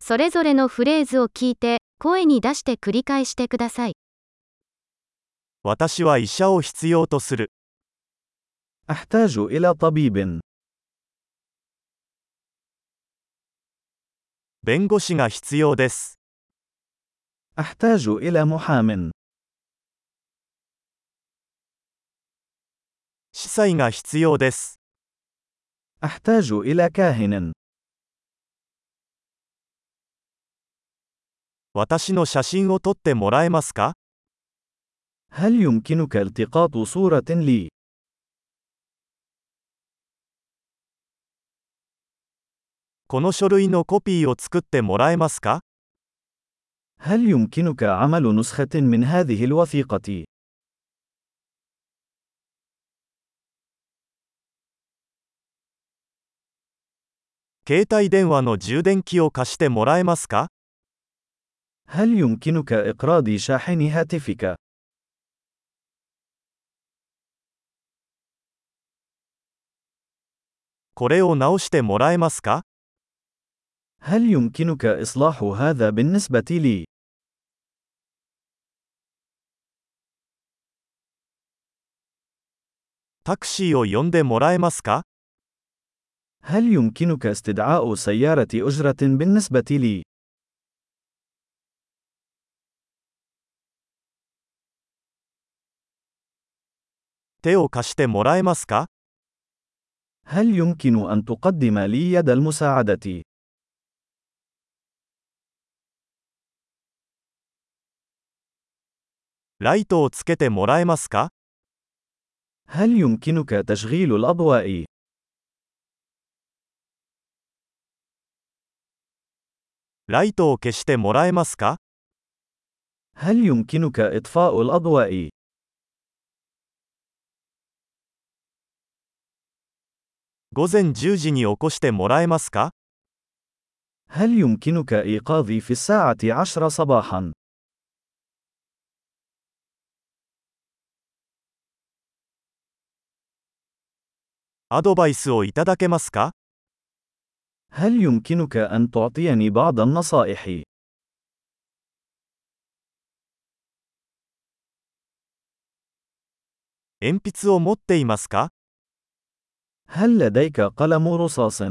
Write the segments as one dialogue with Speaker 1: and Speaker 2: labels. Speaker 1: それぞれのフレーズを聞いて、声に出して繰り返してください。
Speaker 2: 私は医者を必要とする。
Speaker 3: أحتاج إلى طبيب.
Speaker 2: 弁護士が必要です。
Speaker 3: أحتاج إلى محام.
Speaker 2: 司祭が必要です。
Speaker 3: أحتاج إلى كاهن.
Speaker 2: 私の写真を撮ってもらえますか
Speaker 3: هل يمكنك التقاط صورة لي؟
Speaker 2: この書類のコピーを作ってもらえますか
Speaker 3: هل يمكنك عمل نسخة من هذه الوثيقة؟
Speaker 2: 携帯電話の充電器を貸してもらえますか
Speaker 3: هل يمكنك إقراض شاحن هاتفك؟
Speaker 2: これを直してもらえますか
Speaker 3: هل يمكنك إصلاح هذا بالنسبة لي؟
Speaker 2: タクシーを呼んでもらえますか
Speaker 3: هل يمكنك استدعاء سيارة أجرة بالنسبة لي؟
Speaker 2: 手を貸してもらえますか
Speaker 3: هل يمكن أن تقدم لي يد المساعدة؟
Speaker 2: ライトをつけてもらえますか
Speaker 3: هل يمكنك تشغيل الأضواء؟
Speaker 2: ライトを消してもらえますか
Speaker 3: هل يمكنك إطفاء الأضواء؟
Speaker 2: 午前10時に起こしてもらえますか
Speaker 3: هل يمكنك إيقاظي في الساعة عشر صباحا؟
Speaker 2: アドバイスをいただけますか
Speaker 3: هل يمكنك أن تعطيني بعض النصائح؟
Speaker 2: 鉛筆を持っていますか
Speaker 3: هل لديك قلم رصاص؟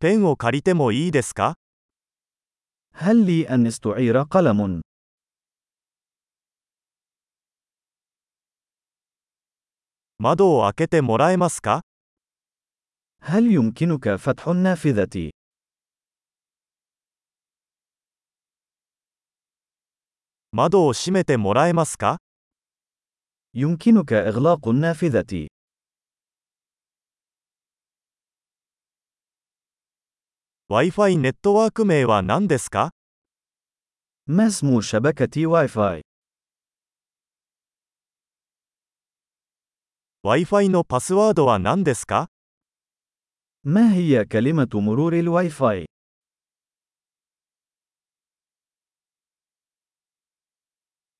Speaker 2: ペンを借りてもいいですか
Speaker 3: هل لي أن استعير قلم؟
Speaker 2: 窓を開けてもらえますか
Speaker 3: هل يمكنك فتح النافذة؟
Speaker 2: 窓を閉めてもらえますか
Speaker 3: يمكنك إغلاق النافذة.
Speaker 2: ？Wi-Fi ネットワーク名は何ですか
Speaker 3: ما اسم شبكة واي فاي؟
Speaker 2: ?Wi-Fi のパスワードは何ですか
Speaker 3: ما هي كلمة مرور الواي فاي؟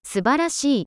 Speaker 1: 素晴らしい。